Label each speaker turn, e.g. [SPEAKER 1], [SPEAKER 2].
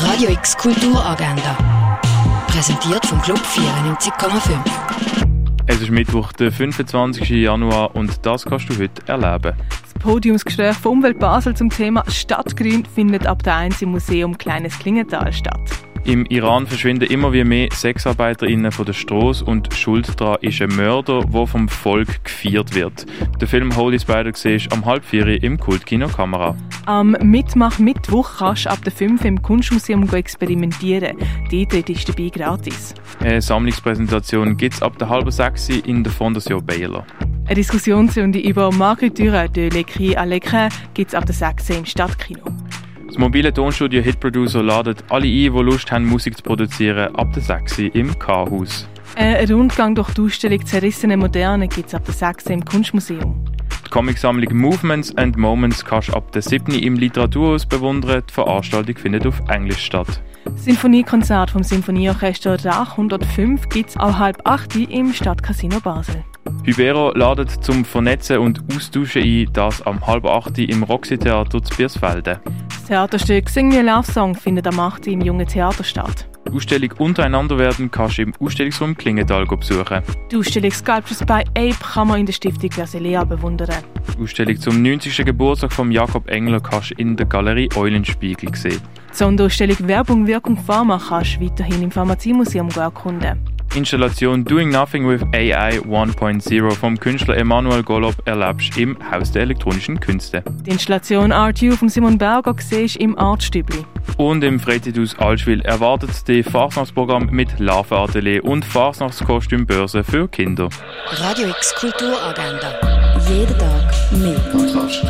[SPEAKER 1] Radio X Kulturagenda. Präsentiert vom Club 94,5.
[SPEAKER 2] Es ist Mittwoch, der 25. Januar und das kannst du heute erleben.
[SPEAKER 3] Das Podiumsgespräch von Umwelt Basel zum Thema Stadtgrün findet ab der 1 im Museum Kleines Klingenthal statt.
[SPEAKER 2] Im Iran verschwinden immer wie mehr SexarbeiterInnen von der Straße und Schuld daran ist ein Mörder, der vom Volk gefeiert wird. Der Film Holy Spider siehst du am halb vier im Kultkino Kamera.
[SPEAKER 3] Am Mitmach-Mittwoch kannst du ab der 5 im Kunstmuseum go experimentieren. Die Eintritt ist dabei gratis.
[SPEAKER 2] Eine Sammlungspräsentation gibt es ab der halben sechs in der Fondation Baylor.
[SPEAKER 3] Eine Diskussionsrunde über Marketure de l'écrit à l'écran gibt es ab der 6 im Stadtkino.
[SPEAKER 2] Das mobile Tonstudio Hit Producer ladet alle ein, die Lust haben, Musik zu produzieren, ab der sechs im K-Haus.
[SPEAKER 3] Ein Rundgang durch die Ausstellung Zerrissene Moderne gibt es ab der 6 im Kunstmuseum.
[SPEAKER 2] Die Comicsammlung Movements and Moments kannst du ab der 7. im Literaturhaus bewundern. Die Veranstaltung findet auf Englisch statt.
[SPEAKER 3] Das Sinfoniekonzert vom Sinfonieorchester Rach 105 gibt es auch halb 8 Uhr im Stadtcasino Basel.
[SPEAKER 2] Hubero ladet zum Vernetzen und Austauschen ein, das am halb 8 Uhr im Roxy-Theater zu Biersfelden.
[SPEAKER 3] Das Theaterstück Sing Me a Love Song findet am 8 Uhr im Jungen Theater statt.
[SPEAKER 2] Die Ausstellung untereinander werden kannst du im Ausstellungsraum Klingenthal besuchen.
[SPEAKER 3] Die Ausstellung Sculptures by Ape kann man in der Stiftung Versilea bewundern.
[SPEAKER 2] Die Ausstellung zum 90. Geburtstag von Jakob Engler kannst du in der Galerie Eulenspiegel sehen.
[SPEAKER 3] Die Sonderausstellung Werbung, Wirkung, Pharma kannst du weiterhin im Pharmaziemuseum erkunden.
[SPEAKER 2] Installation Doing Nothing with AI 1.0 vom Künstler Emanuel Golob erlebst du im Haus der elektronischen Künste.
[SPEAKER 3] Die Installation RTU von Simon Berger siehst du im Artstübli.
[SPEAKER 2] Und im Freizeithaus Altschwil erwartet dich Fastnachtsprogramm mit Larvenatelier und Fastnachtskostümbörse für Kinder.
[SPEAKER 1] Radio X Kulturagenda. Jeden Tag mehr.
[SPEAKER 4] Kontrast.